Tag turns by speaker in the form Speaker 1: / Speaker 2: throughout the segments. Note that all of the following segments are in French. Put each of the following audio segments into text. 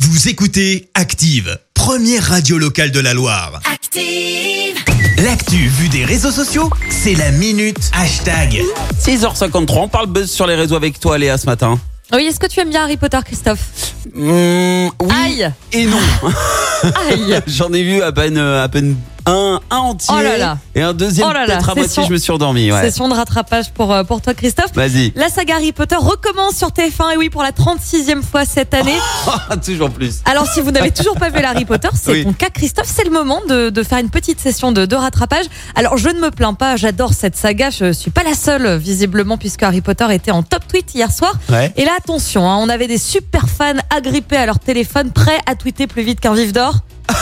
Speaker 1: Vous écoutez Active, première radio locale de la Loire.
Speaker 2: Active.
Speaker 1: L'actu vue des réseaux sociaux, c'est la minute hashtag.
Speaker 3: 6h53, on parle buzz sur les réseaux avec toi Léa ce matin.
Speaker 4: Oui, est-ce que tu aimes bien Harry Potter, Christophe
Speaker 3: Mmh, oui
Speaker 4: Aïe
Speaker 3: et non.
Speaker 4: Aïe
Speaker 3: J'en ai vu à peine, euh, à peine un, un entier
Speaker 4: Oh là là.
Speaker 3: et un deuxième
Speaker 4: Oh là là,
Speaker 3: peut-être à
Speaker 4: c'est
Speaker 3: moitié,
Speaker 4: son-
Speaker 3: je me suis endormi. Ouais.
Speaker 4: Session de rattrapage pour, euh, pour toi, Christophe.
Speaker 3: Vas-y,
Speaker 4: La saga Harry Potter recommence sur TF1, et oui, pour la 36e fois cette année.
Speaker 3: toujours plus.
Speaker 4: Alors, si vous n'avez toujours pas vu Harry Potter, c'est
Speaker 3: Oui.
Speaker 4: ton cas, Christophe. C'est le moment de, de faire une petite session de, de rattrapage. Alors, je ne me plains pas, j'adore cette saga. Je suis pas la seule, visiblement, puisque Harry Potter était en top tweet hier soir.
Speaker 3: Ouais.
Speaker 4: Et là, attention, hein, on avait des super fans agrippés à leur téléphone, prêts à tweeter plus vite qu'un vif d'or.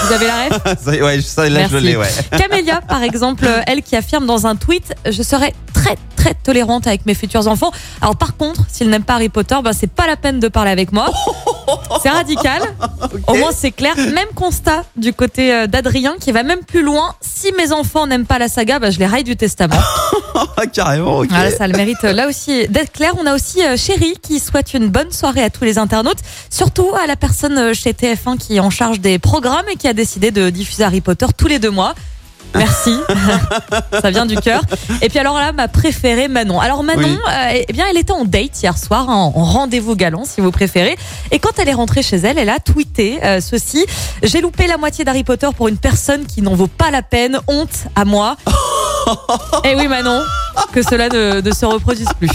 Speaker 4: Vous avez la ref
Speaker 3: Ah, Ça, ouais, ça, là je
Speaker 4: Merci.
Speaker 3: l'ai, ouais.
Speaker 4: Camélia, par exemple, euh, elle qui affirme dans un tweet Je serai très, très tolérante avec mes futurs enfants. Alors, par contre, s'ils n'aiment pas Harry Potter, ben, c'est pas la peine de parler avec moi. C'est radical. Au moins, c'est clair. Même constat du côté euh, d'Adrien qui va même plus loin. Si mes enfants n'aiment pas la saga, ben, je les raille du testament.
Speaker 3: Ah, carrément, ok.
Speaker 4: Voilà, ça a le mérite euh, là aussi d'être clair. On a aussi euh, Chéri qui souhaite une bonne soirée à tous les internautes, surtout à la personne euh, chez TF1 qui est en charge des programmes et qui a décidé de diffuser Harry Potter tous les deux mois. Merci, ça vient du cœur. Et puis alors là, ma préférée Manon. Alors Manon,
Speaker 3: Oui.
Speaker 4: euh, eh bien, elle était en date hier soir, hein, en rendez-vous galant si vous préférez. Et quand elle est rentrée chez elle, elle a tweeté euh, ceci J'ai loupé la moitié d'Harry Potter pour une personne qui n'en vaut pas la peine. Honte à moi. Eh oui Manon, que cela ne, ne se reproduise plus.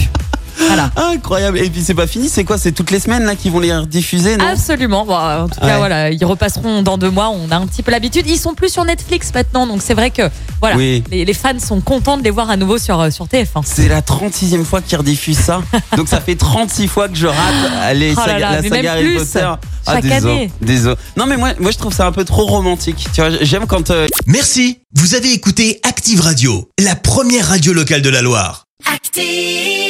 Speaker 4: Voilà.
Speaker 3: Incroyable. Et puis c'est pas fini, c'est quoi C'est toutes les semaines là qu'ils vont les rediffuser,
Speaker 4: Ah,
Speaker 3: non
Speaker 4: Absolument. Bon, en tout cas,
Speaker 3: Ouais.
Speaker 4: voilà, ils repasseront dans deux mois. On a un petit peu l'habitude. Ils sont plus sur Netflix maintenant, donc c'est vrai que voilà,
Speaker 3: Oui.
Speaker 4: les, les fans sont contents de les voir à nouveau sur euh, sur TF1.
Speaker 3: C'est la 36e fois qu'ils rediffusent ça. Donc ça fait 36 fois que je rate euh, les
Speaker 4: Oh là
Speaker 3: sagas-
Speaker 4: là,
Speaker 3: la
Speaker 4: mais
Speaker 3: saga
Speaker 4: même
Speaker 3: Harry
Speaker 4: plus.
Speaker 3: Potter. Ah,
Speaker 4: Chaque
Speaker 3: désolé,
Speaker 4: année.
Speaker 3: désolé. Non mais moi, moi je trouve ça un peu trop romantique. Tu vois, j'aime quand euh,
Speaker 1: Merci, vous avez écouté Active Radio, la première radio locale de la Loire.
Speaker 2: Active.